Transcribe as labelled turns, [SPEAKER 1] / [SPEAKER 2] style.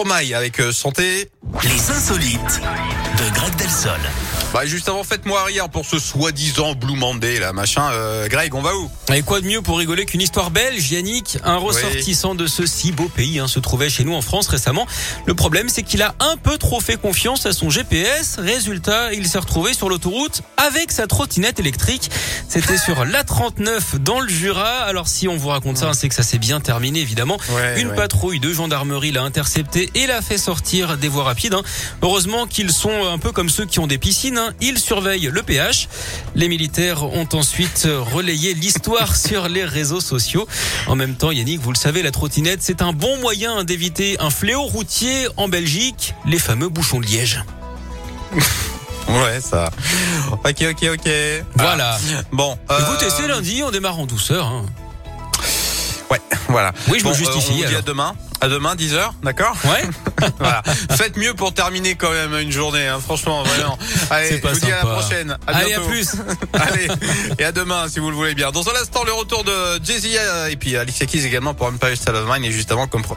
[SPEAKER 1] Romaille avec euh, Santé.
[SPEAKER 2] Les insolites de Greg Delsol.
[SPEAKER 1] Bah, juste avant, faites-moi rire pour ce soi-disant Blue Monday, là, machin. Euh, Greg, on va où
[SPEAKER 3] Et quoi de mieux pour rigoler qu'une histoire belge, Yannick Un ressortissant de ce si beau pays hein, se trouvait chez nous en France récemment. Le problème, c'est qu'il a un peu trop fait confiance à son GPS. Résultat, il s'est retrouvé sur l'autoroute avec sa trottinette électrique. C'était sur l'A39 dans le Jura. Alors si on vous raconte ça, c'est que ça s'est bien terminé, évidemment.
[SPEAKER 1] Eh Ouais,
[SPEAKER 3] Une
[SPEAKER 1] ouais.
[SPEAKER 3] patrouille de gendarmerie l'a intercepté et l'a fait sortir des voies rapides. hein. Heureusement qu'ils sont un peu comme ceux qui ont des piscines. hein. Ils surveillent le pH. Les militaires ont ensuite euh, relayé l'histoire sur les réseaux sociaux. En même temps, Yannick, vous le savez, la trottinette, c'est un bon moyen hein, d'éviter un fléau routier en Belgique, les fameux bouchons de liège.
[SPEAKER 1] Ouais, ça. Ok, ok, ok.
[SPEAKER 3] Voilà.
[SPEAKER 1] Ah, Bon. euh,
[SPEAKER 3] Écoutez, c'est lundi, on démarre en douceur. hein.
[SPEAKER 1] Ouais, voilà.
[SPEAKER 3] Oui, je
[SPEAKER 1] bon,
[SPEAKER 3] me
[SPEAKER 1] euh,
[SPEAKER 3] justifie,
[SPEAKER 1] on vous dit à
[SPEAKER 3] alors.
[SPEAKER 1] demain. À demain, 10h, d'accord
[SPEAKER 3] Ouais
[SPEAKER 1] Voilà. Faites mieux pour terminer quand même une journée, hein, franchement, vraiment. Allez,
[SPEAKER 3] C'est pas
[SPEAKER 1] je vous dis à la
[SPEAKER 3] sympa.
[SPEAKER 1] prochaine. À
[SPEAKER 3] Allez, à
[SPEAKER 1] bientôt.
[SPEAKER 3] plus
[SPEAKER 1] Allez, et à demain si vous le voulez bien. Dans un instant, le retour de Jay-Z euh, et puis Alicia Keys également pour Empire State of Mind et juste avant, comme pro-